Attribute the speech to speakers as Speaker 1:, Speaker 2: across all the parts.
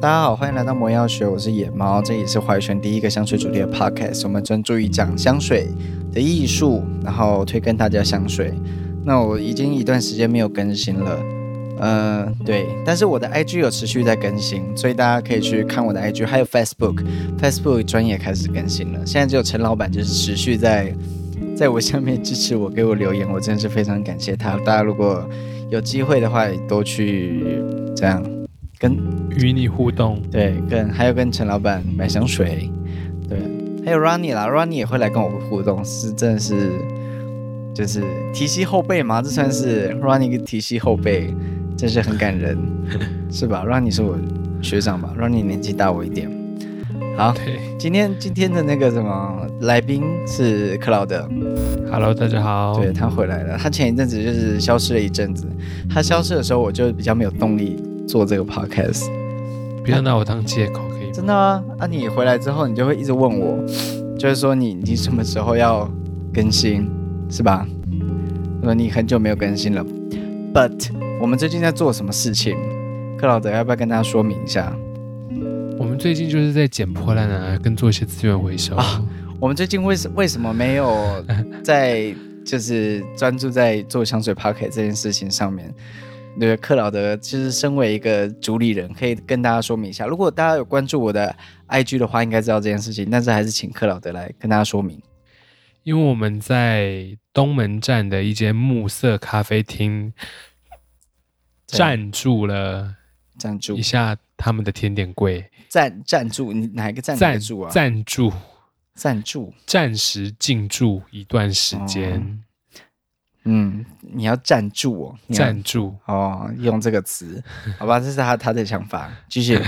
Speaker 1: 大家好，欢迎来到魔药学，我是野猫，这里是怀泉第一个香水主题的 podcast，我们专注于讲香水的艺术，然后推荐大家香水。那我已经一段时间没有更新了，呃，对，但是我的 IG 有持续在更新，所以大家可以去看我的 IG，还有 Facebook，Facebook 专业开始更新了，现在只有陈老板就是持续在在我下面支持我，给我留言，我真的是非常感谢他。大家如果有机会的话，也多去这样跟
Speaker 2: 与你互动。
Speaker 1: 对，跟还有跟陈老板买香水，对，还有 Ronnie 啦，Ronnie 也会来跟我互动，是真的是就是提携后辈嘛，这算是 Ronnie 提携后辈，真是很感人，是吧？Ronnie 是我学长吧，Ronnie 年纪大我一点。好，
Speaker 2: 对
Speaker 1: 今天今天的那个什么来宾是克劳德，
Speaker 2: ，Hello，大家好。
Speaker 1: 对他回来了，他前一阵子就是消失了一阵子，他消失的时候我就比较没有动力做这个 podcast。
Speaker 2: 不要拿我当借口，可以吗？
Speaker 1: 真的啊，那、你回来之后，你就会一直问我，就是说你你什么时候要更新，是吧？我说你很久没有更新了，But 我们最近在做什么事情？克劳德要不要跟大家说明一下？
Speaker 2: 我们最近就是在捡破烂啊，跟做一些资源回收。
Speaker 1: 啊我们最近为什为什么没有在就是专注在做香水 pocket 这件事情上面？对，克劳德就是身为一个主理人，可以跟大家说明一下。如果大家有关注我的 IG 的话，应该知道这件事情，但是还是请克劳德来跟大家说明。
Speaker 2: 因为我们在东门站的一间暮色咖啡厅
Speaker 1: 对
Speaker 2: 站住了
Speaker 1: 赞助
Speaker 2: 一下他们的甜点柜，
Speaker 1: 赞赞助，你哪一个赞哪
Speaker 2: 暂
Speaker 1: 个助啊？
Speaker 2: 暂住，
Speaker 1: 赞助，
Speaker 2: 暂时进驻一段时
Speaker 1: 哦
Speaker 2: 间，
Speaker 1: 嗯，你要赞助哦，你要
Speaker 2: 暂住。
Speaker 1: 哦，用这个 词，好吧，这是他他的想法。继续，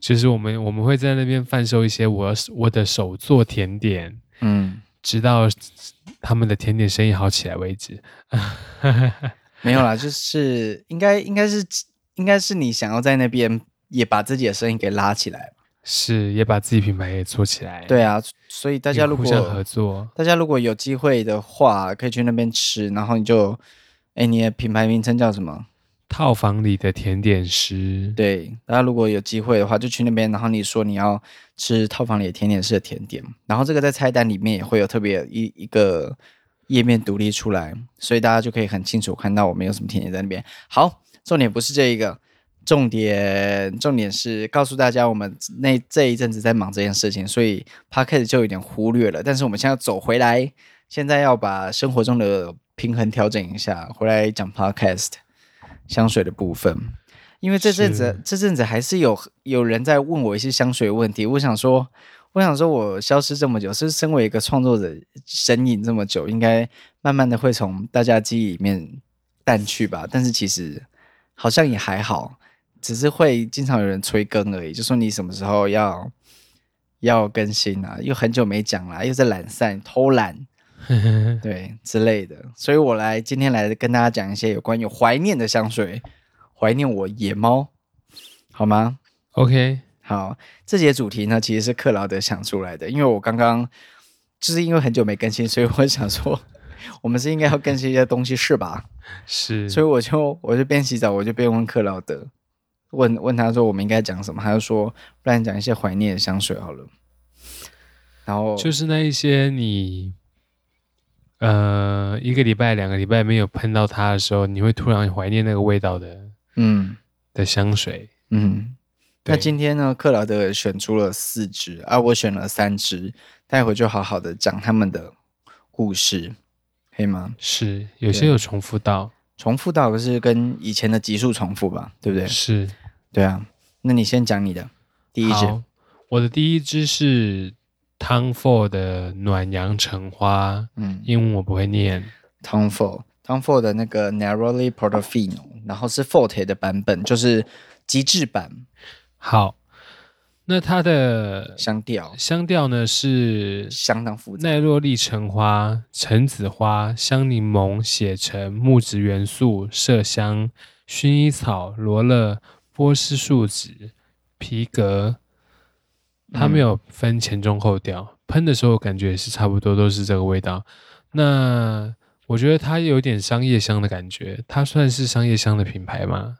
Speaker 2: 就是我们我们会在那边贩售一些我我的手做甜点，
Speaker 1: 嗯，
Speaker 2: 直到他们的甜点生意好起来为止。
Speaker 1: 没有啦，就是应该应该是应该是你想要在那边也把自己的生意给拉起来。
Speaker 2: 是也把自己品牌也做起来。，
Speaker 1: 对啊，所以大
Speaker 2: 大
Speaker 1: 家如
Speaker 2: 互相合
Speaker 1: 果
Speaker 2: 作，
Speaker 1: 大家如果有机会的话，可以去那边吃，然后你就，哎，你的品牌名称叫什么？
Speaker 2: 套房里的甜点师，
Speaker 1: 对，大家如果有机会的话，就去那边，然后你说你要吃套房里的甜点式的甜点，然后这个在菜单里面也会有特别一一个页面独立出来，所以大家就可以很清楚看到我们有什么甜点在那边。好，重点不是这一个，重点重点是告诉大家我们那这一阵子在忙这件事情，所以 p o c a s t 就有点忽略了，但是我们现在要走回来，现在要把生活中的平衡调整一下，回来讲 podcast 香水的部分。因为这阵子
Speaker 2: 是
Speaker 1: 这阵子还是有有人在问我一些香水问题，我想说，我想说我消失这么久，是身为一个创作者神隐这么久，应该慢慢的会从大家记忆里面淡去吧。但是其实好像也还好，只是会经常有人催更而已，就说你什么时候要要更新啊？又很久没讲啦，又在懒散、偷懒， 对之类的。所以我来今天来跟大家讲一些有关于怀念的香水，怀念我野猫，好吗？
Speaker 2: OK，
Speaker 1: 好，这节主题呢其实是克劳德想出来的，因为我刚刚就是因为很久没更新，所以我 想说，我们是应该要更新一些东西是吧？
Speaker 2: 是，
Speaker 1: 所以我就我就边洗澡，我就边问克劳德，问问他说我们应该讲什么，他就说不然讲一些怀念的香水好了。然后
Speaker 2: 就是那一些你。呃，一个礼拜、两个礼拜没有喷到它的时候，你会突然怀念那个味道的
Speaker 1: 嗯
Speaker 2: 的香水。
Speaker 1: 嗯，那
Speaker 2: 对
Speaker 1: 今天呢，克劳德选出了四支，而、我选了三支，待会就好好的讲他们的故事，可以吗？
Speaker 2: 是有些
Speaker 1: 对
Speaker 2: 有重复到，
Speaker 1: 重复到可是跟以前的集数重复吧，对不对？
Speaker 2: 是
Speaker 1: 对啊，那你先讲你的第一支，
Speaker 2: 好，我的第一支是 Tom Ford 的暖阳橙花，
Speaker 1: 嗯
Speaker 2: 英文我不会念，
Speaker 1: ，Tom Ford Tom Ford 的那个 Narrowly Portofino，然后是 Forte 的版本，就是极致版
Speaker 2: 好，那它的
Speaker 1: 香调，
Speaker 2: 香调呢是
Speaker 1: 相当复杂。
Speaker 2: 奈洛丽橙花、橙子花、香柠檬、血橙、木质元素、麝香、薰衣草、罗勒、波斯树脂、皮革。它没有分前中后调，喷的时候感觉也是差不多，都是这个味道。那我觉得它有点商业香的感觉，它算是商业香的品牌吗？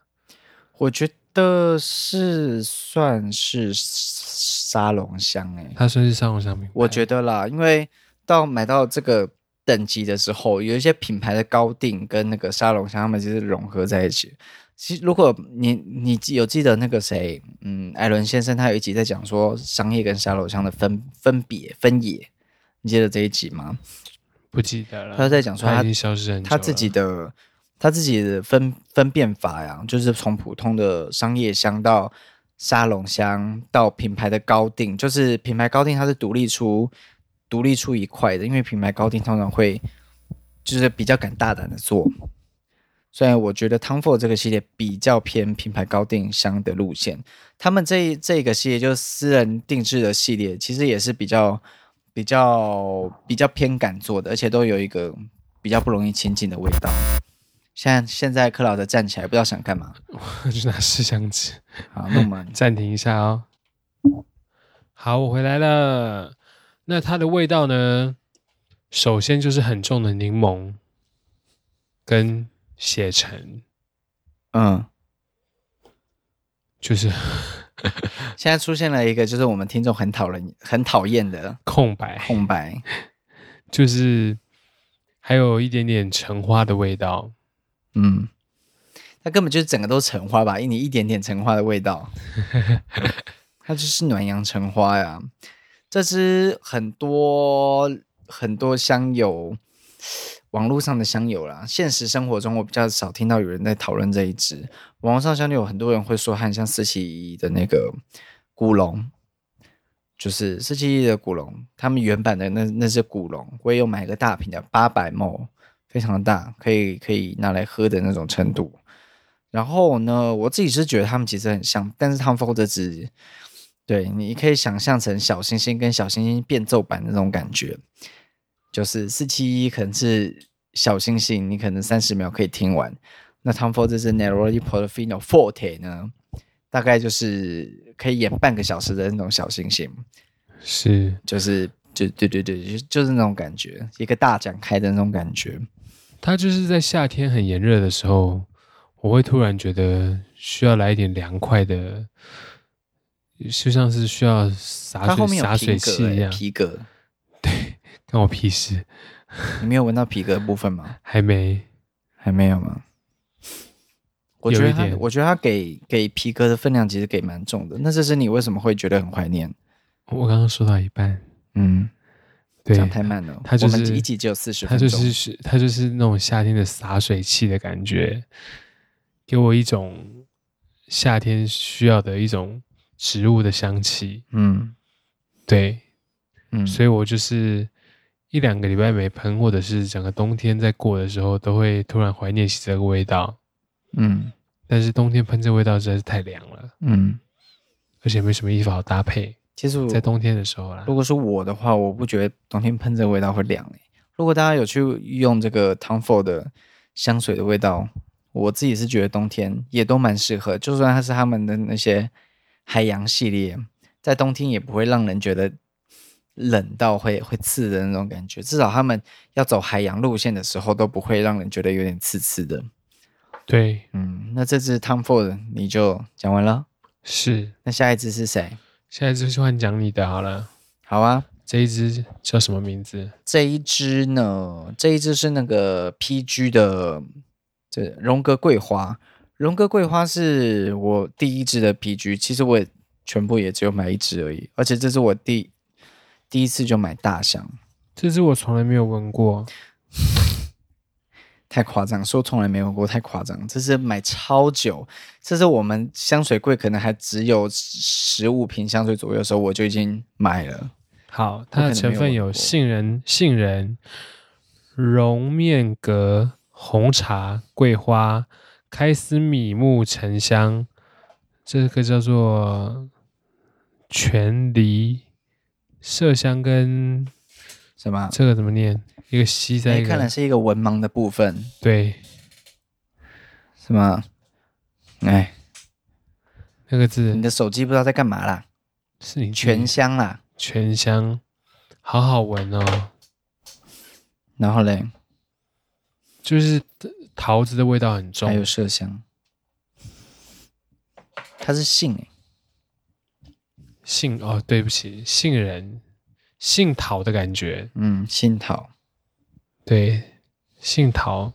Speaker 1: 我觉得是算是沙龙香欸诶、
Speaker 2: 它算是上红商品牌，
Speaker 1: 我觉得啦，因为到买到这个等级的时候，有一些品牌的高定跟那个沙龙香，它们其实融合在一起。其实，如果你你记有记得那个谁，嗯，艾伦先生他有一集在讲说商业跟沙龙香的分分别分野，你记得这一集吗？
Speaker 2: 不记得了。
Speaker 1: 他在讲说
Speaker 2: 它
Speaker 1: 他
Speaker 2: 已经消失很久
Speaker 1: 他自己
Speaker 2: 了
Speaker 1: 的他自己的分分辨法呀，就是从普通的商业香到沙龙香到品牌的高定，就是品牌高定它是独立出独立出一块的，因为品牌高定通常会就是比较敢大胆的做。虽然我觉得 Tom Ford 这个系列比较偏品牌高定香的路线，他们这一这个系列就是私人定制的系列，其实也是比较比较比较偏敢做的，而且都有一个比较不容易亲近的味道。现在现在克劳德站起来，不知道想干嘛。
Speaker 2: 去拿试香纸。
Speaker 1: 好，那我们
Speaker 2: 暂停一下哦。好，我回来了。那它的味道呢？首先就是很重的柠檬跟血橙，
Speaker 1: 嗯，
Speaker 2: 就是
Speaker 1: 现在出现了一个就是我们听众很讨人很讨厌的
Speaker 2: 空白，
Speaker 1: 空白。
Speaker 2: 就是还有一点点橙花的味道。
Speaker 1: 嗯，它根本就是整个都是橙花吧，你一点点橙花的味道，它就是暖阳橙花呀。这支很多很多香友，网络上的香友啦，现实生活中我比较少听到有人在讨论这一支。网络上香友很多人会说它很像四七一的那个古龙。就是四七一的古龙，他们原版的那那只古龙，我也有买一个大瓶的八百 ml，非常大，可以可以拿来喝的那种程度。然后呢，我自己是觉得它们其实很像，但是 Tom Ford 这支，对，你可以想象成小星星跟小星星变奏版的那种感觉，就是四七一可能是小星星，你可能三十秒可以听完。那 Tom Ford 这支 Neroli Portofino Forte 呢，大概就是可以演半个小时的那种小星星。
Speaker 2: 是
Speaker 1: 就是就对对对，就就是那种感觉，一个大展开的那种感觉。
Speaker 2: 它就是在夏天很炎热的时候，我会突然觉得需要来一点凉快的，就像是需要洒
Speaker 1: 它后
Speaker 2: 水
Speaker 1: 面有
Speaker 2: 洒水
Speaker 1: 皮
Speaker 2: 器
Speaker 1: 革、
Speaker 2: 一
Speaker 1: 欸，
Speaker 2: 样，
Speaker 1: 皮革，
Speaker 2: 干我屁事，
Speaker 1: 你没有闻到皮革的部分 吗？
Speaker 2: 还没。
Speaker 1: 还没有吗？我
Speaker 2: 有
Speaker 1: 觉得
Speaker 2: 一
Speaker 1: 他
Speaker 2: 点，
Speaker 1: 我觉得他给给皮革的分量其实给蛮重的。那这是你为什么会觉得很怀念？
Speaker 2: 我刚刚说到一半，
Speaker 1: 嗯，
Speaker 2: 对，
Speaker 1: 讲太慢了。
Speaker 2: 它就是
Speaker 1: 我们一集只有四十
Speaker 2: 它
Speaker 1: 分
Speaker 2: 就
Speaker 1: 钟，
Speaker 2: 是是它就是那种夏天的洒水器的感觉，给我一种夏天需要的一种植物的香气。
Speaker 1: 嗯
Speaker 2: 对，
Speaker 1: 嗯，
Speaker 2: 所以我就是一两个礼拜没喷，或者是整个冬天在过的时候，都会突然怀念起这个味道。
Speaker 1: 嗯
Speaker 2: 但是冬天喷这味道实在是太凉了，
Speaker 1: 嗯，
Speaker 2: 而且没什么衣服好搭配，
Speaker 1: 其实我
Speaker 2: 在冬天的时候啦
Speaker 1: 如。果是我的话，我不觉得冬天喷这个味道会凉、欸、如果大家有去用这个 Tom Ford 的香水的味道，我自己是觉得冬天也都蛮适合，就算它是他们的那些海洋系列，在冬天也不会让人觉得冷到会会刺的那种感觉。至少他们要走海洋路线的时候，都不会让人觉得有点刺刺的。
Speaker 2: 对，
Speaker 1: 嗯，那这支 Tom Ford 你就讲完了，
Speaker 2: 是。
Speaker 1: 那下一支是谁？
Speaker 2: 现在就是换讲你的好了，
Speaker 1: 好啊，
Speaker 2: 这一支叫什么名字？
Speaker 1: 这一支呢，这一支是那个 PG 的这荣格桂花，荣格桂花是我第一支的 PG，其实我也全部也只有买一支而已，而且这是我第第一次就买大箱，
Speaker 2: 这支我从来没有闻过，
Speaker 1: 太夸张，说从来没有过太夸张，这是买超久，这是我们香水柜可能还只有十五瓶香水左右的时候，我就已经买了，
Speaker 2: 好，它的成分
Speaker 1: 我可能没有闻过
Speaker 2: 有杏仁、杏仁、绒面革、红茶、桂花、开司米木沉香，这个叫做全梨麝香跟
Speaker 1: 是吗？
Speaker 2: 这个怎么念？一个西在
Speaker 1: 那
Speaker 2: 一
Speaker 1: 哎看来
Speaker 2: 个
Speaker 1: 是一个文盲的部分，
Speaker 2: 对，
Speaker 1: 是吗？哎，
Speaker 2: 那个字
Speaker 1: 你的手机不知道在干嘛啦。
Speaker 2: 是你自己
Speaker 1: 嗯全香啦，
Speaker 2: 全香，好好闻哦，
Speaker 1: 然后嘞
Speaker 2: 就是桃子的味道很
Speaker 1: 还
Speaker 2: 重
Speaker 1: 有，麝香，它是杏、欸，
Speaker 2: 杏哦，对不起，杏仁、杏桃的感觉，
Speaker 1: 嗯，杏桃，
Speaker 2: 对，杏桃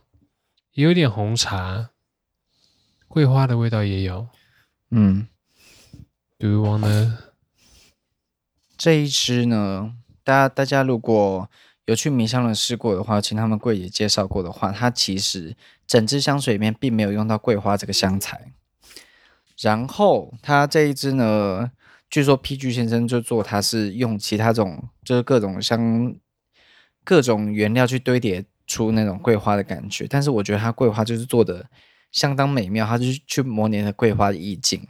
Speaker 2: 也有点红茶，桂花的味道也有。
Speaker 1: 嗯，
Speaker 2: Do you wanna？
Speaker 1: 这一支呢，大家大家如果有去迷香人试过的话，请他们柜姐介绍过的话，它其实整支香水里面并没有用到桂花这个香材。然后它这一支呢，据说 PG 先生就做它是用其他种就是各种香各种原料去堆叠出那种桂花的感觉，但是我觉得它桂花就是做的相当美妙，它就是去模拟了桂花的意境。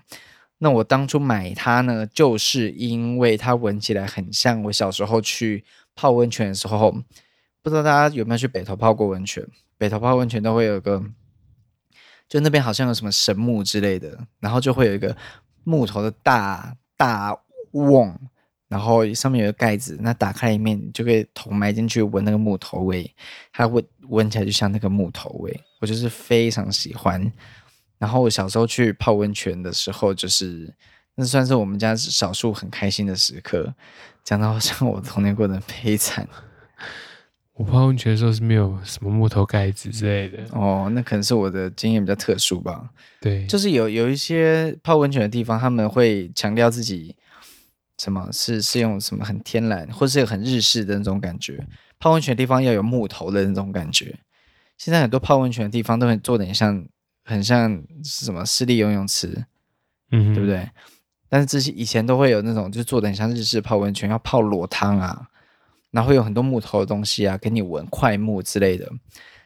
Speaker 1: 那我当初买它呢，就是因为它闻起来很像我小时候去泡温泉的时候，不知道大家有没有去北头泡过温泉？北头泡温泉都会有个，就那边好像有什么神木之类的，然后就会有一个木头的大大瓮，然后上面有个盖子，那打开一面你就可以头埋进去闻那个木头味，它闻闻起来就像那个木头味，我就是非常喜欢。然后我小时候去泡温泉的时候，就是那算是我们家少数很开心的时刻。讲到好像我童年过得很悲惨
Speaker 2: 我泡温泉的时候是没有什么木头盖子之类的，
Speaker 1: 哦，那可能是我的经验比较特殊吧。
Speaker 2: 对，
Speaker 1: 就是有有一些泡温泉的地方，他们会强调自己什么是是用什么很天然，或是很日式的那种感觉。泡温泉的地方要有木头的那种感觉。现在很多泡温泉的地方都很做的很像，很像是什么私立游泳池，
Speaker 2: 嗯，
Speaker 1: 对不？对？但是这些以前都会有那种，就做的很像日式泡温泉，要泡裸汤啊，然后会有很多木头的东西啊，给你闻块木之类的，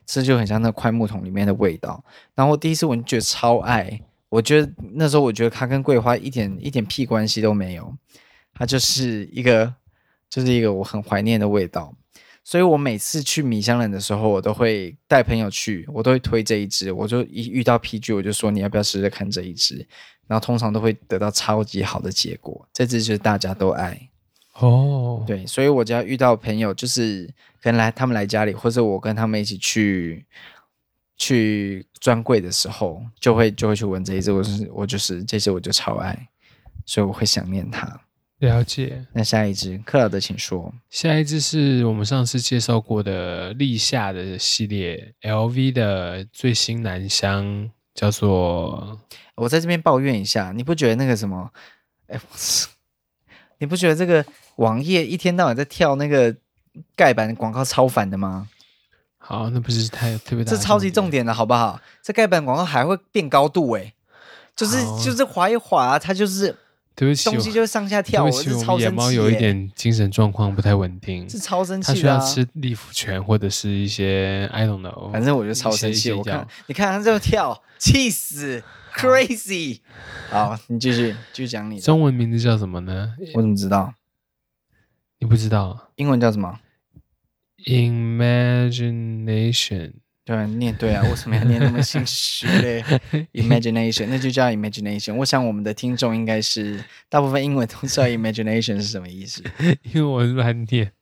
Speaker 1: 这就很像那块木桶里面的味道。然后我第一次闻觉得超爱，我觉得那时候我觉得它跟桂花一点一点屁关系都没有，它就是一个就是一个我很怀念的味道。所以我每次去米香兰的时候，我都会带朋友去，我都会推这一支。我就一遇到 PG，我就说你要不要试试看这一支？然后通常都会得到超级好的结果，这支就是大家都爱。
Speaker 2: 哦，，
Speaker 1: 对，所以我只要遇到朋友，就是可能来他们来家里，或者我跟他们一起去去专柜的时候，就会就会去闻这一支，我就是我就是这支我就超爱，所以我会想念它。
Speaker 2: 了解。
Speaker 1: 那下一支克劳德，请说。
Speaker 2: 下一支是我们上次介绍过的立夏的系列 LV 的最新男香，叫做
Speaker 1: 我在这边抱怨一下，你不觉得那个什么，哎， 不是你不觉得这个网页一天到晚在跳那个盖板广告超烦的吗？
Speaker 2: 好，那不是太特别大，
Speaker 1: 这超级重。点了，好不好？这盖板广告还会变高度哎、就是
Speaker 2: 好
Speaker 1: 就是滑一滑，它就是
Speaker 2: 对不起，
Speaker 1: 东西就
Speaker 2: 我
Speaker 1: 会上下跳，
Speaker 2: 对
Speaker 1: 我
Speaker 2: 不起，
Speaker 1: 是
Speaker 2: 我
Speaker 1: 超
Speaker 2: 们野
Speaker 1: 生
Speaker 2: 猫
Speaker 1: 气、
Speaker 2: 有一
Speaker 1: 欸，
Speaker 2: 点精神状况不太稳定，
Speaker 1: 是超生
Speaker 2: 它
Speaker 1: 气
Speaker 2: 需
Speaker 1: 的、
Speaker 2: 要
Speaker 1: 啊。
Speaker 2: 吃利福泉或者是一些 I don't know，
Speaker 1: 反正我就超
Speaker 2: 一些
Speaker 1: 生气，
Speaker 2: 一些
Speaker 1: 我看
Speaker 2: 药
Speaker 1: 你看他这么跳，气死，crazy。好，你继续继续讲你的。
Speaker 2: 中文名字叫什么呢？
Speaker 1: 我怎么知道？
Speaker 2: 你不知道
Speaker 1: 英文叫什么？
Speaker 2: ？Imagination
Speaker 1: 对，念对啊，为什么要念那么心虚嘞？Imagination，那就叫 imagination。我想我们的听众应该是大部分英文都知道 imagination 是什么意思。
Speaker 2: 因为我乱念。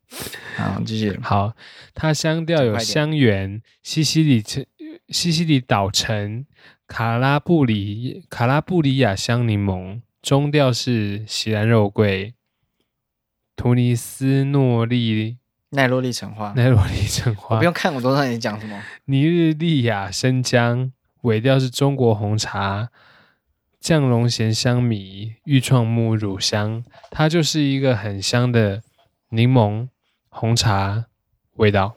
Speaker 1: 好，继续。
Speaker 2: 好，它香调有香园、西西里城、西西里岛城、卡拉布里、卡拉布里亚香柠檬，中调是喜兰肉桂、突尼斯诺丽、
Speaker 1: 奈洛丽橙花，
Speaker 2: 奈啊罗丽橙
Speaker 1: 我
Speaker 2: 花
Speaker 1: 不、用看，我都知道你讲什么。
Speaker 2: 尼日利亚生姜，尾调是中国红茶。酱龙涎香米、愈创木乳香，它就是一个很香的柠檬红茶味道，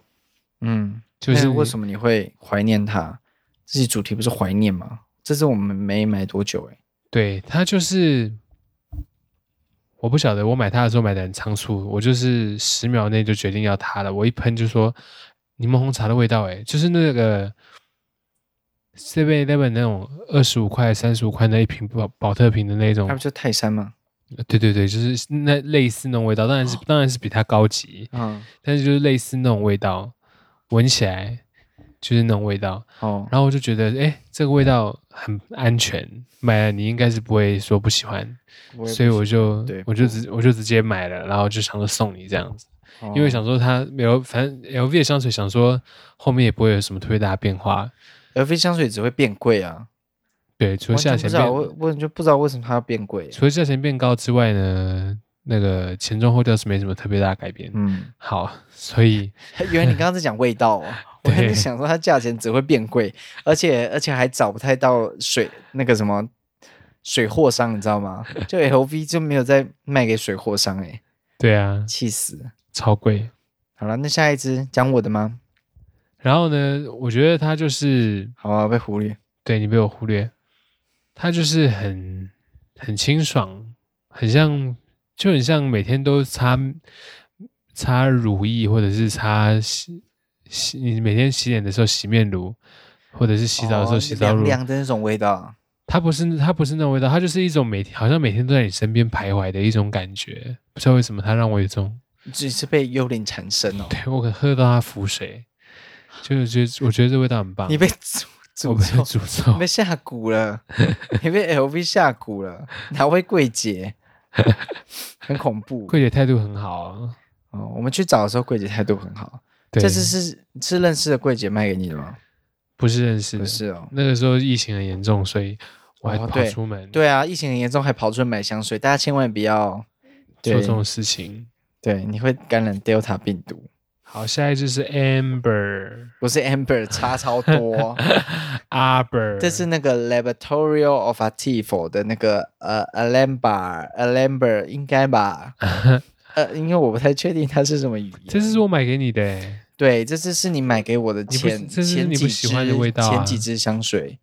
Speaker 1: 嗯，
Speaker 2: 就
Speaker 1: 就是是为什么你会怀念它？这期主题不是怀念吗？这是我们没买多久哎诶、
Speaker 2: 对，它就是，我不晓得，我买它的时候买的很仓促，我就是十秒内就决定要它了，我一喷就说柠檬红茶的味道、欸，就是那个 Seven Eleven 那种二十五块、三十五块那一瓶保保特瓶的那种
Speaker 1: 它，不就泰山吗？
Speaker 2: 对对对，就是那类似那种味道，当然是当然是比它高级，
Speaker 1: 嗯，
Speaker 2: 但是就是类似那种味道，闻起来就是那种味道，
Speaker 1: 哦，
Speaker 2: 然后我就觉得，哎，这个味道很安全，买了你应该是不会说不喜欢，
Speaker 1: 也不
Speaker 2: 所以我就
Speaker 1: 对
Speaker 2: 我就直我就直接买了，然后就想说送你这样子，
Speaker 1: 哦
Speaker 2: 因为想说它没有，反正 LV 的香水想说后面也不会有什么特别大的变化，
Speaker 1: 而非香水只会变贵啊，
Speaker 2: 对，除
Speaker 1: 完
Speaker 2: 了
Speaker 1: 全不
Speaker 2: 价钱
Speaker 1: 知道，
Speaker 2: 变，
Speaker 1: 我我就不知道为什么它要变贵。
Speaker 2: 除了价钱变高之外呢，那个前中后调是没什么特别大的改变。
Speaker 1: 嗯，
Speaker 2: 好，所以
Speaker 1: 原来你刚刚在讲味道哦，我还在
Speaker 2: 对
Speaker 1: 想说它价钱只会变贵，而且而且还找不太到水那个什么水货商，你知道吗？就 LV 就没有再卖给水货商哎、
Speaker 2: 对啊，
Speaker 1: 气死！
Speaker 2: 超贵。
Speaker 1: 好了，那下一支讲我的吗？
Speaker 2: 然后呢，我觉得它就是
Speaker 1: 好啊，被忽略。
Speaker 2: 对你被我忽略，它就是很很清爽，很像就很像每天都擦擦乳液，或者是擦洗洗你每天洗脸的时候洗面乳，或者是洗澡的时候
Speaker 1: 哦
Speaker 2: 洗澡乳。
Speaker 1: 凉凉的那种味道，
Speaker 2: 它不是它不是那种味道，它就是一种每天好像每天都在你身边徘徊的一种感觉，不知道为什么它让我有一种
Speaker 1: 只是被幽灵缠身 哦。
Speaker 2: 对我可喝到它浮水，就是觉得我觉得这味道很棒。
Speaker 1: 你被诅诅
Speaker 2: 我被
Speaker 1: 咒，
Speaker 2: 诅咒
Speaker 1: 你被，下蛊 了，你被 LV 下蛊了，哪位柜 姐？很恐怖
Speaker 2: 柜姐态度很好啊。
Speaker 1: 哦！我们去找的时候，柜姐态度很好。
Speaker 2: 对，
Speaker 1: 这次是是认识的柜姐卖给你的吗？
Speaker 2: 不是认识
Speaker 1: 不
Speaker 2: 的？
Speaker 1: 是哦。
Speaker 2: 那个时候疫情很严重，所以我还
Speaker 1: 哦
Speaker 2: 跑
Speaker 1: 对
Speaker 2: 出门
Speaker 1: 对啊，疫情很严重，还跑出来买香水，大家千万不要。
Speaker 2: 做
Speaker 1: 对
Speaker 2: 这种事情。
Speaker 1: 对，你会感染 Delta 病毒。
Speaker 2: 好，下一只是 Amber
Speaker 1: 我是 Amber，差超多。
Speaker 2: Aber，
Speaker 1: 这是那个 Laboratorio of Artifo 的那个呃 Alembar Alembar 应该 吧？呃，因为我不太确定它是什么语言。
Speaker 2: 这是我买给你的欸，
Speaker 1: 对，这只是你买给我的
Speaker 2: 不
Speaker 1: 前
Speaker 2: 这是
Speaker 1: 前
Speaker 2: 你
Speaker 1: 几
Speaker 2: 不
Speaker 1: 支
Speaker 2: 喜欢的味道啊
Speaker 1: 前几支香水，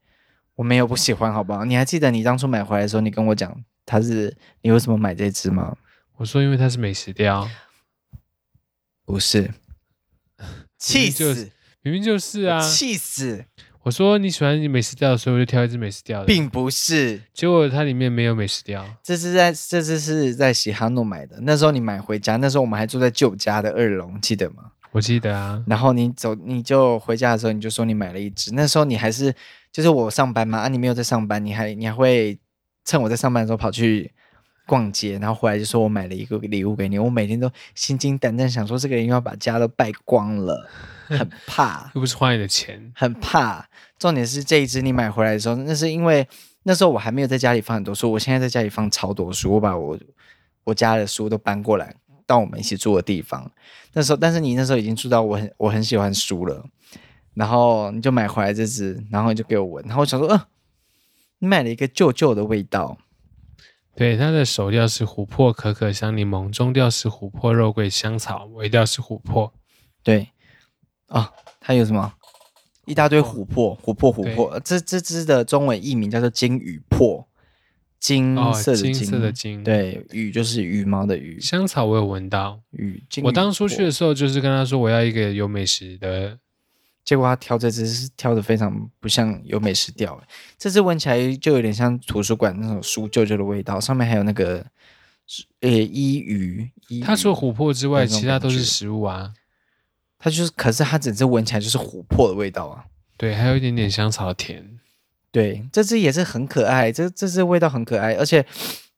Speaker 1: 我没有不喜欢，好不好？你还记得你当初买回来的时候，你跟我讲它是你为什么买这支吗？
Speaker 2: 我说因为它是美食调，
Speaker 1: 不是，气死，
Speaker 2: 明明就是啊。
Speaker 1: 气死，
Speaker 2: 我说你喜欢美食调，所以我就挑一支美食调的，
Speaker 1: 并不是。
Speaker 2: 结果它里面没有美食调。
Speaker 1: 这是在这次是在喜哈诺买的，那时候你买回家，那时候我们还住在旧家的二楼，记得吗？
Speaker 2: 我记得啊，
Speaker 1: 然后你走，你就回家的时候，你就说你买了一支。那时候你还是就是我上班嘛，啊，你没有在上班，你还你还会趁我在上班的时候跑去逛街，然后回来就说我买了一个礼物给你。我每天都心惊胆战，想说这个人又要把家都败光了，很怕。
Speaker 2: 又不是花你的钱。
Speaker 1: 很怕。重点是这一支你买回来的时候，那是因为那时候我还没有在家里放很多书，我现在在家里放超多书，我把我我家的书都搬过来到我们一起住的地方。那时候，但是你那时候已经住到我很我很喜欢书了，然后你就买回来这支，然后你就给我闻，然后我想说，呃，你买了一个旧旧的味道，
Speaker 2: 对，它的首调是琥珀可可香柠檬，中调是琥珀肉桂香草，尾调是琥珀。
Speaker 1: 对，啊，它有什么？一大堆琥珀，琥珀，琥珀。这这支的中文译名叫做金羽珀，金
Speaker 2: 哦，
Speaker 1: 色的
Speaker 2: 金色的金。，
Speaker 1: 对，羽就是羽毛的羽，
Speaker 2: 香草我有闻到。
Speaker 1: 羽。金
Speaker 2: 我
Speaker 1: 羽
Speaker 2: 当初
Speaker 1: 果
Speaker 2: 去的，时候就是跟他说我要一个有美食的，
Speaker 1: 结果他挑这只是挑的非常不像有美食调，欸这只闻起来就有点像图书馆那种书旧旧的味道，上面还有那个呃衣鱼。衣
Speaker 2: 它除了
Speaker 1: 鱼
Speaker 2: 琥珀之外，
Speaker 1: 有那种
Speaker 2: 其他都是
Speaker 1: 感觉
Speaker 2: 食物啊。
Speaker 1: 它就是，可是它整只闻起来就是琥珀的味道啊。
Speaker 2: 对，还有一点点香草甜。
Speaker 1: 对，这只也是很可爱，这这只味道很可爱，而且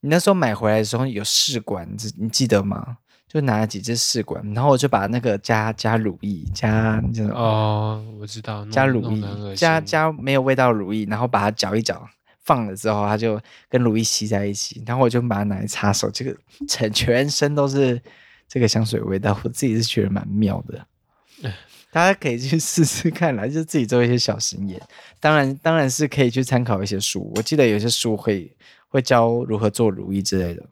Speaker 1: 你那时候买回来的时候有试管，你你记得吗？就拿了几只试管，然后我就把那个加加乳液加那种
Speaker 2: 哦，我知道，弄
Speaker 1: 加乳
Speaker 2: 弄得很恶
Speaker 1: 液，
Speaker 2: 心
Speaker 1: 加加没有味道的乳液，然后把它搅一搅，放了之后，它就跟乳液吸在一起，然后我就把它拿来擦手，这个 整全身都是这个香水味道，我自己是觉得蛮妙的。
Speaker 2: 哎
Speaker 1: 大家可以去试试看啦，就自己做一些小实验。当然，当然是可以去参考一些书，我记得有些书会会教如何做乳液之类的。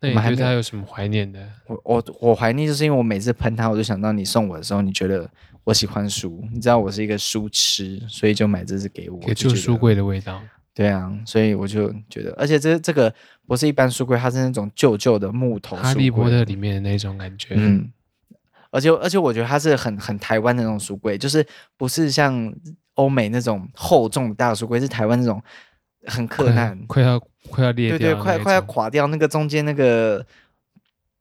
Speaker 2: 那
Speaker 1: 我们
Speaker 2: 你
Speaker 1: 还
Speaker 2: 对
Speaker 1: 没有
Speaker 2: 它有什么怀念的？
Speaker 1: 我我我怀念，就是因为我每次喷它，我就想到你送我的时候，你觉得我喜欢书，你知道我是一个书痴，所以就买这支给我。就
Speaker 2: 也就
Speaker 1: 觉得
Speaker 2: 书。柜的味道。
Speaker 1: 对啊，所以我就觉得，而且这这个不是一般书柜，它是那种旧旧的木头书柜。
Speaker 2: 哈利波特里面的那种感觉，
Speaker 1: 嗯，而且而且我觉得它是很很台湾的那种书柜，就是不是像欧美那种厚重的大书柜，是台湾那种很
Speaker 2: 快
Speaker 1: 克难、
Speaker 2: 快要快要裂
Speaker 1: 对
Speaker 2: 掉
Speaker 1: 对，
Speaker 2: 的
Speaker 1: 快
Speaker 2: 那
Speaker 1: 快要
Speaker 2: 种
Speaker 1: 垮掉，那个中间那个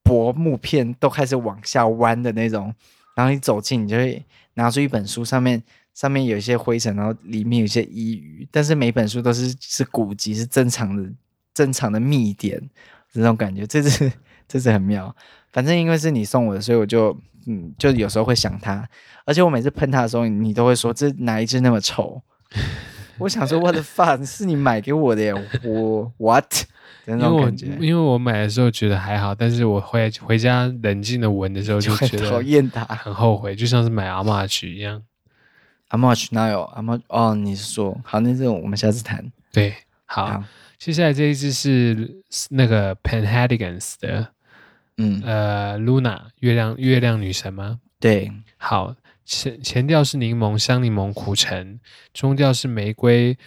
Speaker 1: 薄木片都开始往下弯的那种，然后你走近，你就会拿出一本书，上面上面有一些灰尘，然后里面有一些衣鱼，但是每本书都是是古籍，是珍藏的珍藏的密典，这种感觉，这是 这是很妙。反正因为是你送我的，所以我就嗯，就 有时候会想它，而且我每次喷它的时候，你都会说这哪一只那么丑。我想说，what the fuck，是你买给我的耶，我 what 的那
Speaker 2: 因为
Speaker 1: 种
Speaker 2: 我
Speaker 1: 感觉，
Speaker 2: 因为我买的时候觉得还好，但是我回回家冷静的闻的时候
Speaker 1: 就很
Speaker 2: 觉
Speaker 1: 讨
Speaker 2: 得
Speaker 1: 厌啊它。
Speaker 2: 很后悔，就像是买阿玛曲一样。
Speaker 1: 阿茂去哪有阿茂？哦，你是说好？那这种我们下次谈。
Speaker 2: 对，好，
Speaker 1: 好
Speaker 2: 接下来这一支是那个 Panhadigans 的
Speaker 1: 嗯，
Speaker 2: 呃 Luna 月亮月亮女神吗？
Speaker 1: 对，
Speaker 2: 好，前前调是柠檬、香柠檬、苦橙，中调是玫瑰、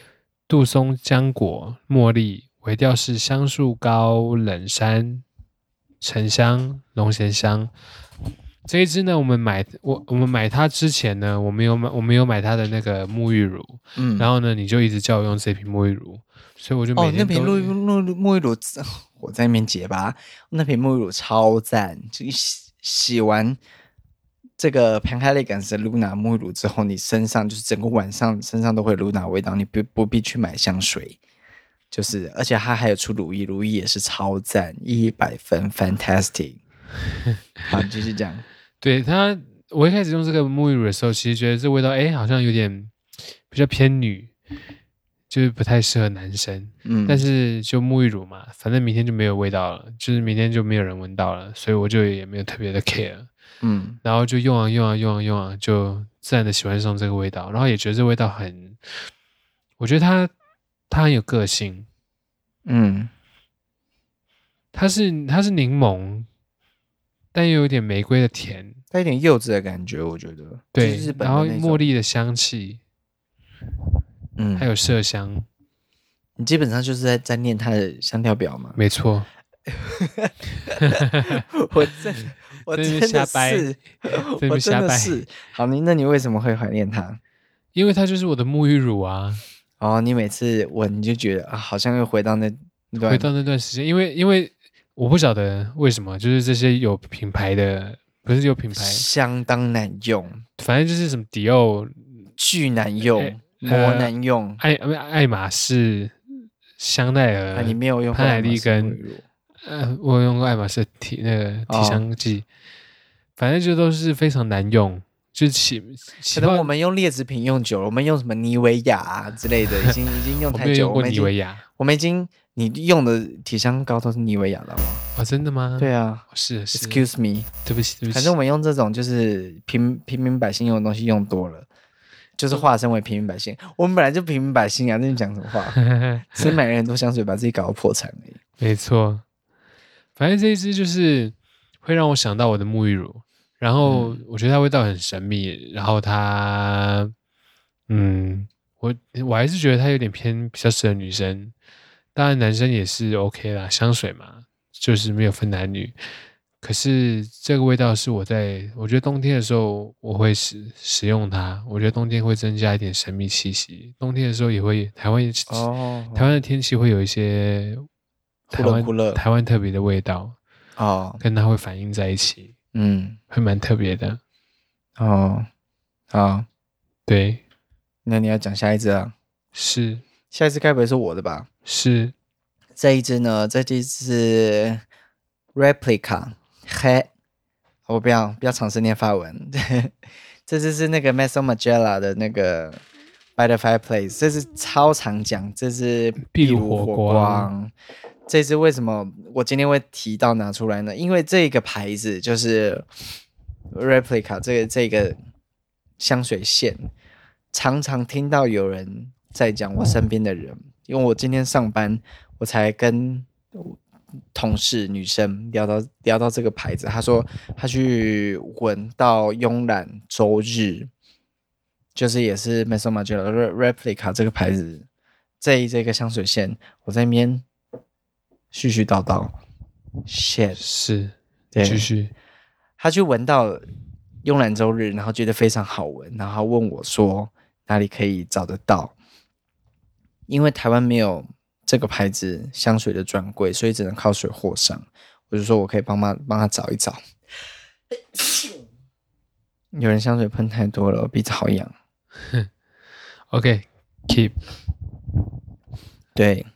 Speaker 2: 杜松、浆果、茉莉，尾调是香树高冷杉、沉香、龙涎香。这一支呢，我们买我我们买它之前呢，我们有买我们有买它的那个沐浴乳，
Speaker 1: 嗯，
Speaker 2: 然后呢，你就一直叫我用这瓶沐浴乳，所以我就每
Speaker 1: 哦，那
Speaker 2: 天
Speaker 1: 瓶
Speaker 2: 都、
Speaker 1: 沐浴沐浴沐浴乳，我在那边结巴。那瓶沐浴乳超赞，就洗洗完这个 p a n h a l i g a n s 的 Luna 沐浴乳之后，你身上就是整个晚上身上都会有 Luna 味道，你不不必去买香水。就是，而且它还有出乳液，乳液也是超赞，一百分，fantastic。好，你继续讲。
Speaker 2: 对它，我一开始用这个沐浴乳的时候，其实觉得这味道哎，好像有点比较偏女，就是不太适合男生。
Speaker 1: 嗯，
Speaker 2: 但是就沐浴乳嘛，反正明天就没有味道了，就是明天就没有人闻到了，所以我就也没有特别的 care。
Speaker 1: 嗯
Speaker 2: 然后就用啊用啊用啊用啊，就自然的喜欢上这个味道，然后也觉得这味道很，我觉得它它很有个性，
Speaker 1: 嗯，
Speaker 2: 它是它是柠檬，但又有点玫瑰的甜，
Speaker 1: 带一点柚子的感觉，我觉得。
Speaker 2: 对
Speaker 1: 就是日，本
Speaker 2: 然后
Speaker 1: 的那种
Speaker 2: 茉，莉的香气，
Speaker 1: 嗯，
Speaker 2: 还有麝香，
Speaker 1: 你基本上就是在在念它的香调表嘛。
Speaker 2: 没错，
Speaker 1: 我真的，我
Speaker 2: 真
Speaker 1: 嗯真
Speaker 2: 是
Speaker 1: 的
Speaker 2: 瞎掰
Speaker 1: 是，
Speaker 2: 真
Speaker 1: 我
Speaker 2: 是瞎
Speaker 1: 真的
Speaker 2: 掰
Speaker 1: 是。好，你那你为什么会怀念它？
Speaker 2: 因为它就是我的沐浴乳啊。
Speaker 1: 哦，你每次闻你就觉得啊，好像又回到那那段
Speaker 2: 回到那段时间，因为因为我不晓得为什么，就是这些有品牌的，不是有品牌，
Speaker 1: 相当难用，
Speaker 2: 反正就是什么迪奥、
Speaker 1: 巨难用
Speaker 2: 哎，
Speaker 1: 魔
Speaker 2: 呃
Speaker 1: 难用。
Speaker 2: 爱呃不是爱马仕、香奈
Speaker 1: 啊，
Speaker 2: 儿。
Speaker 1: 你没有用过
Speaker 2: 潘海利
Speaker 1: 玛莎
Speaker 2: 根
Speaker 1: 沐浴 乳
Speaker 2: 呃，我有用过爱马仕的体那个
Speaker 1: 哦
Speaker 2: 体香剂，反正就都是非常难用，就起
Speaker 1: 可
Speaker 2: 起
Speaker 1: 能
Speaker 2: 泡
Speaker 1: 我们用劣质品用久了，我们用什么妮维雅啊之类的，已经已经用
Speaker 2: 我
Speaker 1: 太
Speaker 2: 没有
Speaker 1: 久
Speaker 2: 用
Speaker 1: 了。
Speaker 2: 过
Speaker 1: 我们已
Speaker 2: 妮
Speaker 1: 经
Speaker 2: 维雅
Speaker 1: 我们已经你用的体香膏都是妮维雅了吗？
Speaker 2: 哦，真的吗？
Speaker 1: 对啊
Speaker 2: 哦，是是
Speaker 1: ，Excuse me，
Speaker 2: 对不起对不起，
Speaker 1: 反正 我们用这种就是平平民百姓用的东西用多了，就是化身为平民百姓。我们本来就平民百姓啊，那你讲什么话？只是买了很多香水，把自己搞到破产而已。
Speaker 2: 没错，反正这一支就是会让我想到我的沐浴乳，然后我觉得它味道很神秘，然后它，嗯，我我还是觉得它有点偏比较适合女生，当然男生也是 OK 啦，香水嘛，就是没有分男女。可是这个味道是我在我觉得冬天的时候我会使使用它，我觉得冬天会增加一点神秘气息，冬天的时候也会台湾也
Speaker 1: 哦
Speaker 2: 台湾的天气会有一些
Speaker 1: 忽
Speaker 2: 台
Speaker 1: 冷
Speaker 2: 湾
Speaker 1: 忽热
Speaker 2: 台湾特别的味道，
Speaker 1: 哦，
Speaker 2: 跟它会反映在一起，
Speaker 1: 嗯，
Speaker 2: 会蛮特别的。
Speaker 1: 哦，好，
Speaker 2: 对，
Speaker 1: 那你要讲下一支啊？
Speaker 2: 是
Speaker 1: 下一支该不会是我的吧？
Speaker 2: 是
Speaker 1: 这一支呢，这一支是 replica 黑，我不要不要尝试念法文。 这支是那个 Meso Magella 的那个 By the Fireplace，这是超常讲，这是
Speaker 2: 壁
Speaker 1: 炉
Speaker 2: 炉火
Speaker 1: 光。
Speaker 2: 光
Speaker 1: 这支为什么我今天会提到拿出来呢？因为这个牌子就是 replica 这个这个香水线，常常听到有人在讲我身边的人，因为我今天上班，我才跟同事女生聊到聊到这个牌子，她说她去闻到慵懒周日，就是也是 m e s o m a g e l replica 这个牌子这一这个香水线，我在那边絮絮叨叨，shit，
Speaker 2: 是，
Speaker 1: 对
Speaker 2: 继续
Speaker 1: 他去闻到慵懒周日，然后觉得非常好闻，然后他问我说哪里可以找得到，因为台湾没有这个牌子香水的专柜，所以只能靠水货商。我就说我可以帮忙帮他找一找。有人香水喷太多了，我鼻子好痒。
Speaker 2: ，OK，keep，、
Speaker 1: 对，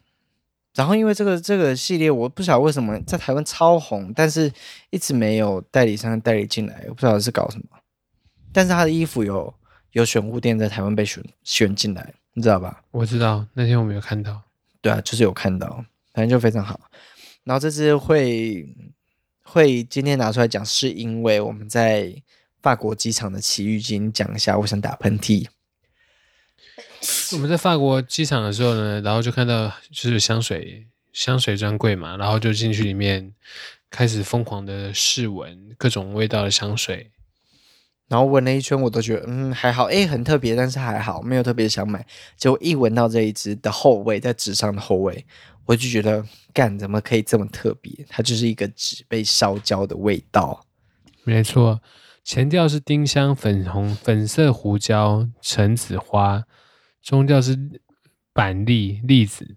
Speaker 1: 然后因为这个这个系列，我不晓得为什么在台湾超红，但是一直没有代理商代理进来，我不晓得是搞什么。但是他的衣服有有选物店在台湾被选选进来，你知道吧？
Speaker 2: 我知道那天我们有看到，
Speaker 1: 对啊，就是有看到，反正就非常好。然后这次会会今天拿出来讲，是因为我们在法国机场的奇遇经讲一下，我想打喷嚏。
Speaker 2: 我们在法国机场的时候呢，然后就看到就是香水香水专柜嘛，然后就进去里面开始疯狂的试闻各种味道的香水，
Speaker 1: 然后闻了一圈，我都觉得嗯还好，诶，很特别，但是还好，没有特别想买。结果一闻到这一支的后味，在纸上的后味，我就觉得干怎么可以这么特别？它就是一个纸被烧焦的味道。
Speaker 2: 没错，前调是丁香、粉红、粉色胡椒、橙子花，中调是板栗、栗子、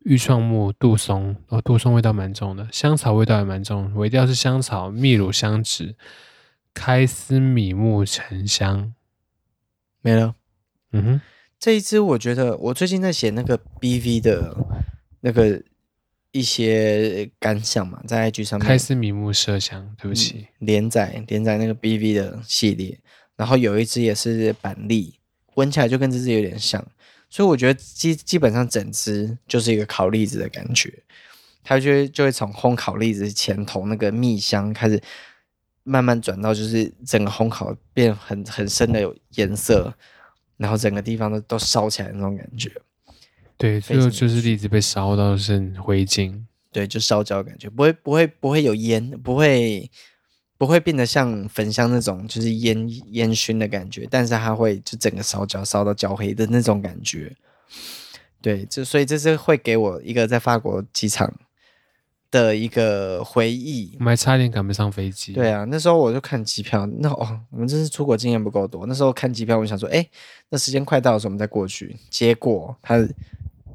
Speaker 2: 愈创木、杜松。哦，杜松味道蛮重的，香草味道也蛮重。尾调是香草、秘鲁香脂、开司米木沉香。
Speaker 1: 没了。
Speaker 2: 嗯哼，
Speaker 1: 这一支我觉得我最近在写那个 BV 的那个一些感想嘛，在 IG 上
Speaker 2: 开
Speaker 1: 面
Speaker 2: 司米木麝香，对不起，
Speaker 1: 嗯连载连载那个 BV 的系列，然后有一支也是板栗，闻起来就跟这支有点像，所以我觉得基基本上整支就是一个烤栗子的感觉，它就会就会从烘烤栗子前头那个蜜香开始。慢慢转到就是整个烘烤变很很深的有颜色，然后整个地方都都烧起来的那种感觉。
Speaker 2: 对，
Speaker 1: 嗯非
Speaker 2: 最
Speaker 1: 常
Speaker 2: 后就是栗子被烧到剩灰烬。
Speaker 1: 对，就烧焦的感觉，不会不会不会有烟，不会不会变得像焚香那种就是烟烟熏的感觉，但是它会就整个烧焦，烧到焦黑的那种感觉。对，这所以这是会给我一个在法国机场的一个回忆
Speaker 2: 我。们还差点赶不上飞机。
Speaker 1: 对啊，那时候我就看机票，那哦，我们真是出国经验不够多。那时候看机票，我就想说，哎，那时间快到的时候我们再过去。结果他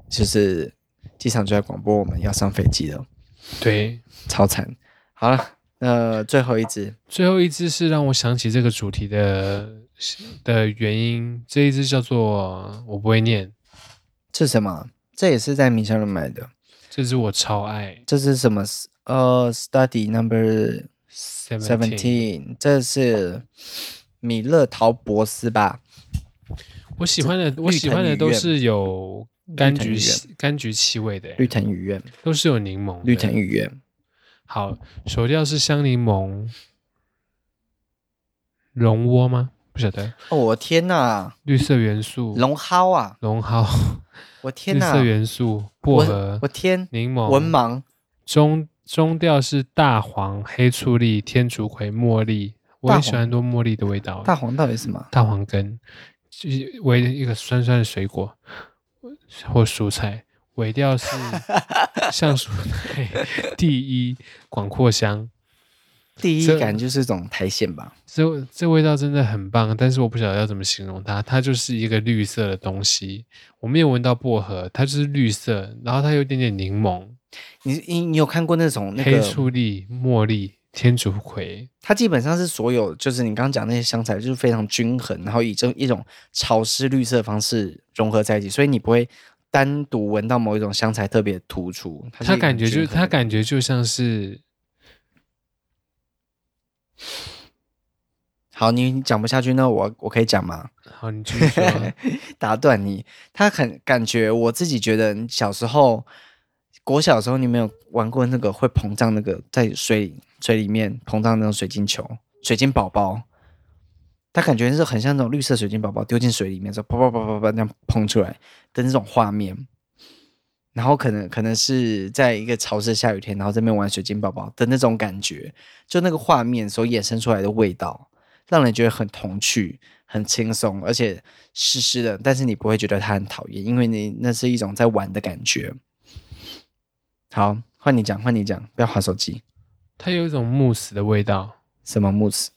Speaker 1: 就是机场就在广播我们要上飞机了。
Speaker 2: 对，
Speaker 1: 超惨。好了，那最后一支，
Speaker 2: 最后一支是让我想起这个主题的的原因，这一支叫做我不会念，
Speaker 1: 这是什么？这也是在米香人买的。
Speaker 2: 这支我超爱
Speaker 1: 这是什么？呃，Study Number
Speaker 2: ，Seventeen。
Speaker 1: Seventeen，这是米勒陶博斯吧？
Speaker 2: 我喜欢的，我喜欢的都是有柑橘气柑橘气味的，
Speaker 1: 绿藤雨苑，
Speaker 2: 都是有柠檬的。
Speaker 1: 绿藤雨苑，
Speaker 2: 好，首调是香柠檬，龙窝吗？不晓得，
Speaker 1: 哦，我天哪，
Speaker 2: 绿色元素，
Speaker 1: 龙蒿啊！
Speaker 2: 龙蒿，
Speaker 1: 我天
Speaker 2: 绿
Speaker 1: 哪，
Speaker 2: 色元素，薄荷
Speaker 1: 我，我天，
Speaker 2: 柠檬，
Speaker 1: 文盲，
Speaker 2: 中中调是大黄、黑醋栗、天竺葵、茉莉，我
Speaker 1: 大
Speaker 2: 很
Speaker 1: 黄
Speaker 2: 喜欢多茉莉的味道。
Speaker 1: 大黄到底是什么？
Speaker 2: 大黄根，就是为一个酸酸的水果或蔬菜。尾调 是橡树奶第一广藿香，
Speaker 1: 第一
Speaker 2: 这
Speaker 1: 感就是种苔藓吧？
Speaker 2: 这这味道真的很棒，但是我不晓得要怎么形容它。它就是一个绿色的东西，我没有闻到薄荷，它就是绿色，然后它有一点点柠檬、
Speaker 1: 你你你有看过那种那
Speaker 2: 黑
Speaker 1: 个
Speaker 2: 醋栗、茉莉、天竺葵，
Speaker 1: 它基本上是所有，就是你刚刚讲那些香材，就是非常均衡，然后以这一种潮湿绿色的方式融合在一起，所以你不会单独闻到某一种香材特别突出。它是
Speaker 2: 他
Speaker 1: 一个
Speaker 2: 感觉就
Speaker 1: 均衡的
Speaker 2: 他感觉就像是
Speaker 1: 好，你你讲不下去，那我我可以讲吗？
Speaker 2: 好，你继续 说啊
Speaker 1: 打断你，他很感觉，我自己觉得你小时候，国小的时候，你没有玩过那个会膨胀那个在水水里面膨胀那种水晶球、水晶宝宝，它感觉是很像那种绿色水晶宝宝丢进水里面之后，啪啪啪啪啪这样膨出来的那种画面。然后可能可能是在一个潮湿的下雨天，然后在那边玩水晶宝宝的那种感觉，就那个画面所衍生出来的味道，让人觉得很童趣、很轻松，而且湿湿的，但是你不会觉得它很讨厌，因为你那是一种在玩的感觉。好，换你讲，换你讲，不要划手机。
Speaker 2: 它有一种慕斯的味道。
Speaker 1: 什么木子、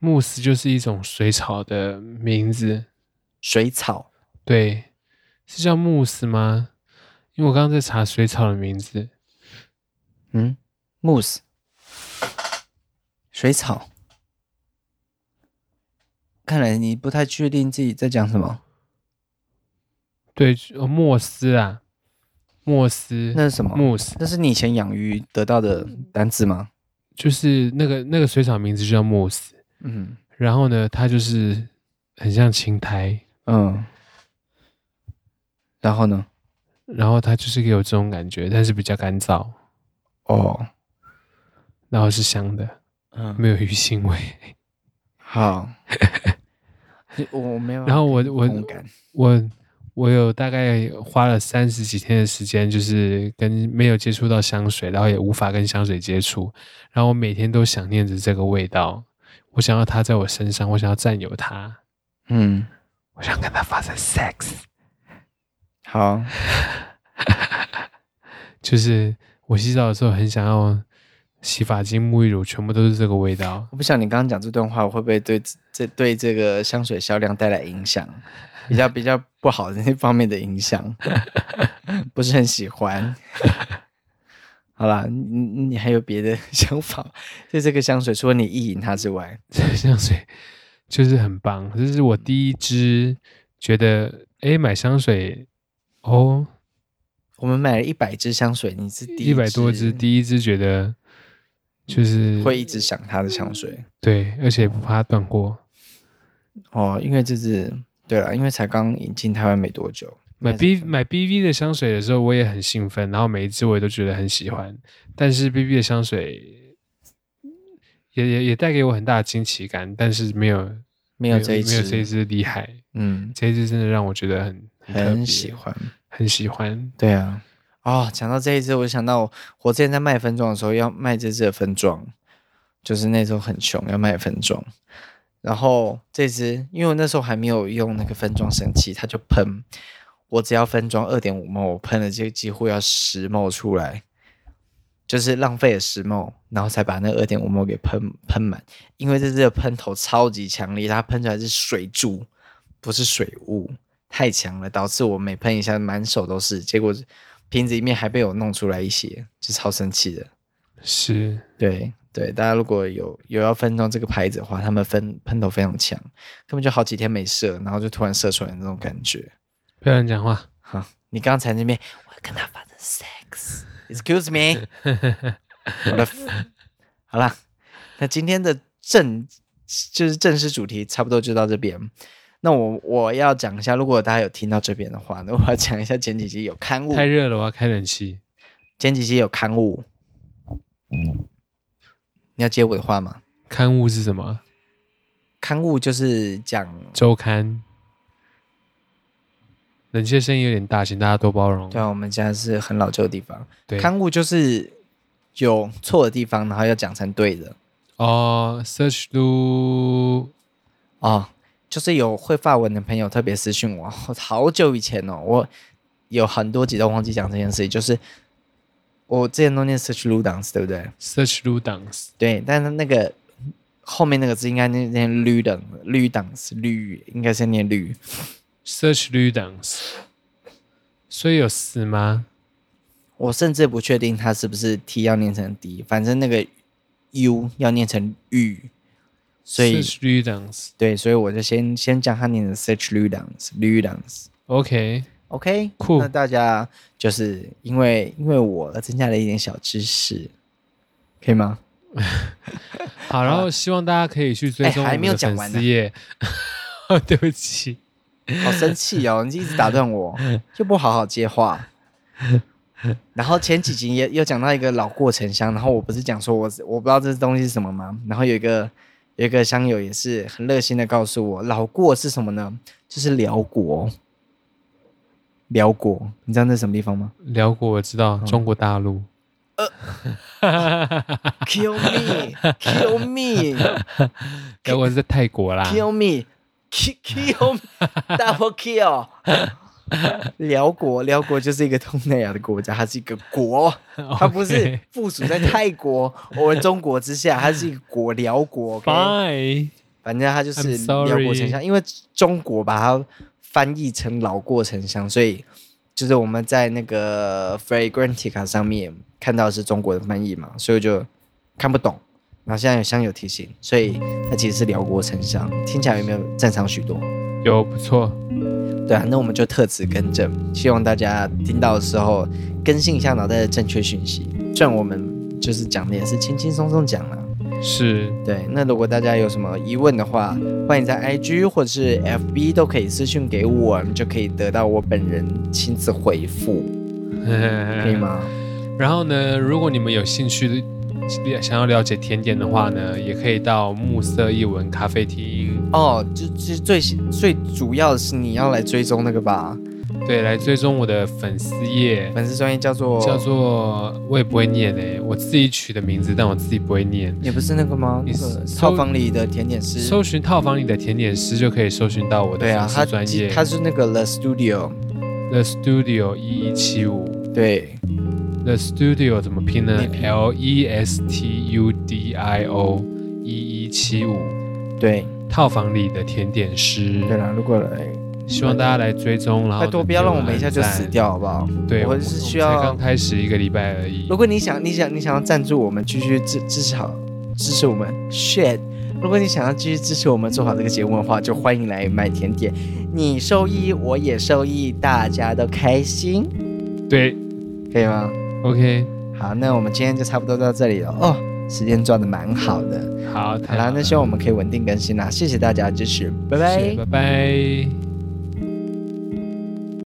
Speaker 2: 慕斯就是一种水草的名字，
Speaker 1: 水草、
Speaker 2: 对，是叫慕斯吗？因为我刚刚在查水草的名字，
Speaker 1: 嗯，木子、水草。看来你不太确定自己在讲什么，
Speaker 2: 对，哦莫斯啊，莫斯，
Speaker 1: 那是什么？
Speaker 2: 慕斯
Speaker 1: 那是你以前养鱼得到的单字吗？
Speaker 2: 就是那个那个水草名字就叫慕斯，
Speaker 1: 嗯
Speaker 2: 然后呢，它就是很像青苔，
Speaker 1: 嗯，然后呢？
Speaker 2: 然后它就是有这种感觉，但是比较干燥，
Speaker 1: 哦，
Speaker 2: 然后是香的，
Speaker 1: 嗯，
Speaker 2: 没有鱼腥味。
Speaker 1: 好，我 我没有。
Speaker 2: 然后我我
Speaker 1: 同感
Speaker 2: 我我有大概花了三十几天的时间，就是跟没有接触到香水，然后也无法跟香水接触，然后我每天都想念着这个味道，我想要它在我身上，我想要占有它，
Speaker 1: 嗯，
Speaker 2: 我想跟它发生 sex，
Speaker 1: 好，
Speaker 2: 就是我洗澡的时候很想要洗发精、沐浴乳，全部都是这个味道。
Speaker 1: 我不晓得你刚刚讲这段话会不会对这这对这个香水销量带来影响，比较比较不好的那方面的影 响，不是很喜欢。好啦，你你你还有别的想法吗？对这个香水，除了你意淫它之外，
Speaker 2: 这个香水就是很棒，这是我第一支觉得诶买香水哦，
Speaker 1: 我们买了一百支香水，你是第嗯
Speaker 2: 一百多支，第一支觉得就是
Speaker 1: 会一直想它的香水
Speaker 2: 对，而且不怕断货，
Speaker 1: 哦，因为这是对了，因为才刚引进台湾没多久，
Speaker 2: 买
Speaker 1: 那
Speaker 2: B 买 BV 的香水的时候，我也很兴奋，然后每一支我也都觉得很喜欢。但是 BV 的香水也也也带给我很大的惊奇感，但是没有
Speaker 1: 没有这一
Speaker 2: 没有
Speaker 1: 支
Speaker 2: 这一支厉害，
Speaker 1: 嗯，
Speaker 2: 这一支真的让我觉得很特别
Speaker 1: 很喜，欢。
Speaker 2: 很喜欢。
Speaker 1: 对啊，哦，讲到这一支，我想到我我之前在卖分装的时候要卖这支的分装，就是那时候很穷要卖分装，然后这支因为我那时候还没有用那个分装神器，它就喷，我只要分装二点五毛，我喷了就几乎要十毛出来。就是浪费了十毛，然后才把那二点五毛给喷喷满，因为这支的喷头超级强力，它喷出来是水柱，不是水雾。太强了，导致我每喷一下满手都是，结果瓶子里面还被我弄出来一些，就超生气的。
Speaker 2: 是
Speaker 1: 对对，大家如果有有要分装这个牌子的话，他们分喷头非常强，根本就好几天没射，然后就突然射出来的那种感觉。
Speaker 2: 不要乱讲话。
Speaker 1: 哈， 你刚才那边我要跟他发生 sex，excuse me，我的 好啦，那今天的正就是正式主题差不多就到这边。那我我要讲一下，如果大家有听到这边的话，那我要讲一下前几集有刊物，
Speaker 2: 太热了，我要开冷气。
Speaker 1: 前几集有刊物。
Speaker 2: 嗯
Speaker 1: 你要接我的话吗？
Speaker 2: 刊物是什么？
Speaker 1: 刊物就是讲
Speaker 2: 周刊。冷气的声音有点大，请大家多包容。
Speaker 1: 对啊，我们家是很老旧的地方。
Speaker 2: 对，
Speaker 1: 刊物就是有错的地方，然后要讲成对的
Speaker 2: 哦，search do
Speaker 1: 哦。就是有会发文的朋友特别私讯我， 好久以前哦，我有很多集都忘记讲这件事情。就是我之前都念 search l u d a n c 对不对？
Speaker 2: search do dance，
Speaker 1: 对，但是那个后面那个字应该念念绿的绿档绿，应该是念绿。
Speaker 2: search do dance，所以有死吗？
Speaker 1: 我甚至不确定它是不是 t 要念成 d，反正那个 u 要念成 u，所以
Speaker 2: search do dance，OK，、
Speaker 1: 对，所以我就先先将它念成 search l u d a n c l u d a n c
Speaker 2: OK，
Speaker 1: OK，
Speaker 2: Cool
Speaker 1: 那大家就是因为因为我而增加了一点小知识，可以吗？
Speaker 2: 好，然后希望大家可以去追
Speaker 1: 哎
Speaker 2: 踪我
Speaker 1: 还
Speaker 2: 们
Speaker 1: 没有
Speaker 2: 的
Speaker 1: 讲
Speaker 2: 粉
Speaker 1: 完呢
Speaker 2: 丝页。 哦对不起，
Speaker 1: 好生气哦！你一直打断我，就不好好接话。然后前几集也有讲到一个老过沉香，然后我不是讲说我我不知道这东西是什么吗？然后有一个有一个香友也是很热心的告诉我，老过是什么呢？就是辽国。辽国，你知道那是什么地方吗
Speaker 2: 辽国我知道，中国大陆。
Speaker 1: ？Kill me, kill me,
Speaker 2: 辽国是在泰国啦。
Speaker 1: kill me, ki- kill me, double kill。辽国，辽国就是一个东南亚的国家，它是一个国。它不是
Speaker 2: OK，
Speaker 1: 附属在泰国 或者中国之下，它是一个国辽国。OK，
Speaker 2: Bye。
Speaker 1: 反正它就是
Speaker 2: I'm
Speaker 1: 辽
Speaker 2: sorry
Speaker 1: 国沉香，因为中国把它翻译成老过沉香，所以就是我们在那个 Fragrantica 上面看到的是中国的翻译嘛，所以我就看不懂。然后现在有香友提醒，所以它其实是辽国沉香，听起来有没有正常许多？
Speaker 2: 有不错，
Speaker 1: 对啊，那我们就特此更正，希望大家听到的时候更新一下脑袋的正确讯息。虽然我们就是讲的也是轻轻松松讲了，
Speaker 2: 是
Speaker 1: 对，那如果大家有什么疑问的话，欢迎在 IG 或者是 FB 都可以私讯给我，你就可以得到我本人亲自回复，
Speaker 2: 嗯
Speaker 1: 可以？吗？
Speaker 2: 然后呢，如果你们有兴趣想要了解甜点的话呢，也可以到暮色一文咖啡厅，
Speaker 1: 哦，就就最最主要的是你要来追踪那个吧，
Speaker 2: 对，来追踪我的粉丝页，
Speaker 1: 粉丝专业叫做
Speaker 2: 叫做我也不会念诶、我自己取的名字，但我自己不会念。
Speaker 1: 也不是那个吗？
Speaker 2: 你
Speaker 1: 那个
Speaker 2: 搜
Speaker 1: 套房里的甜点师。
Speaker 2: 搜寻套房里的甜点师就可以搜寻到我的
Speaker 1: 对啊
Speaker 2: 粉，丝
Speaker 1: 他
Speaker 2: 专业，
Speaker 1: 他是那个 The Studio，
Speaker 2: The Studio 一一七五
Speaker 1: 对，
Speaker 2: ，The Studio 怎么拼呢
Speaker 1: 你拼
Speaker 2: ？L E S T U D I O 一一七五，
Speaker 1: 对，
Speaker 2: 套房里的甜点师。
Speaker 1: 对啦，如果来，
Speaker 2: 希望大家来追踪，然后
Speaker 1: 拜托不要让我们一下就死
Speaker 2: 点
Speaker 1: 掉，好不好？
Speaker 2: 赞。对，
Speaker 1: 我
Speaker 2: 我
Speaker 1: 们
Speaker 2: 们
Speaker 1: 是
Speaker 2: 我们
Speaker 1: 需要
Speaker 2: 才刚开始一个礼拜而已
Speaker 1: 如。果你想，你想，你想要赞助我们，继续支支持好，支持我们，shit。如果你想要继续支持我们做好这个节目的话，就欢迎来买甜点，你受益，我也受益，大家都开心，
Speaker 2: 对
Speaker 1: 可以吗？
Speaker 2: ，OK，
Speaker 1: 好，那我们今天就差不多到这里了哦，时间抓的蛮好的。
Speaker 2: 好，
Speaker 1: 好啦，那希
Speaker 2: 就
Speaker 1: 望我们可以稳定更新啦，谢谢大家的支持，拜拜。
Speaker 2: 拜拜。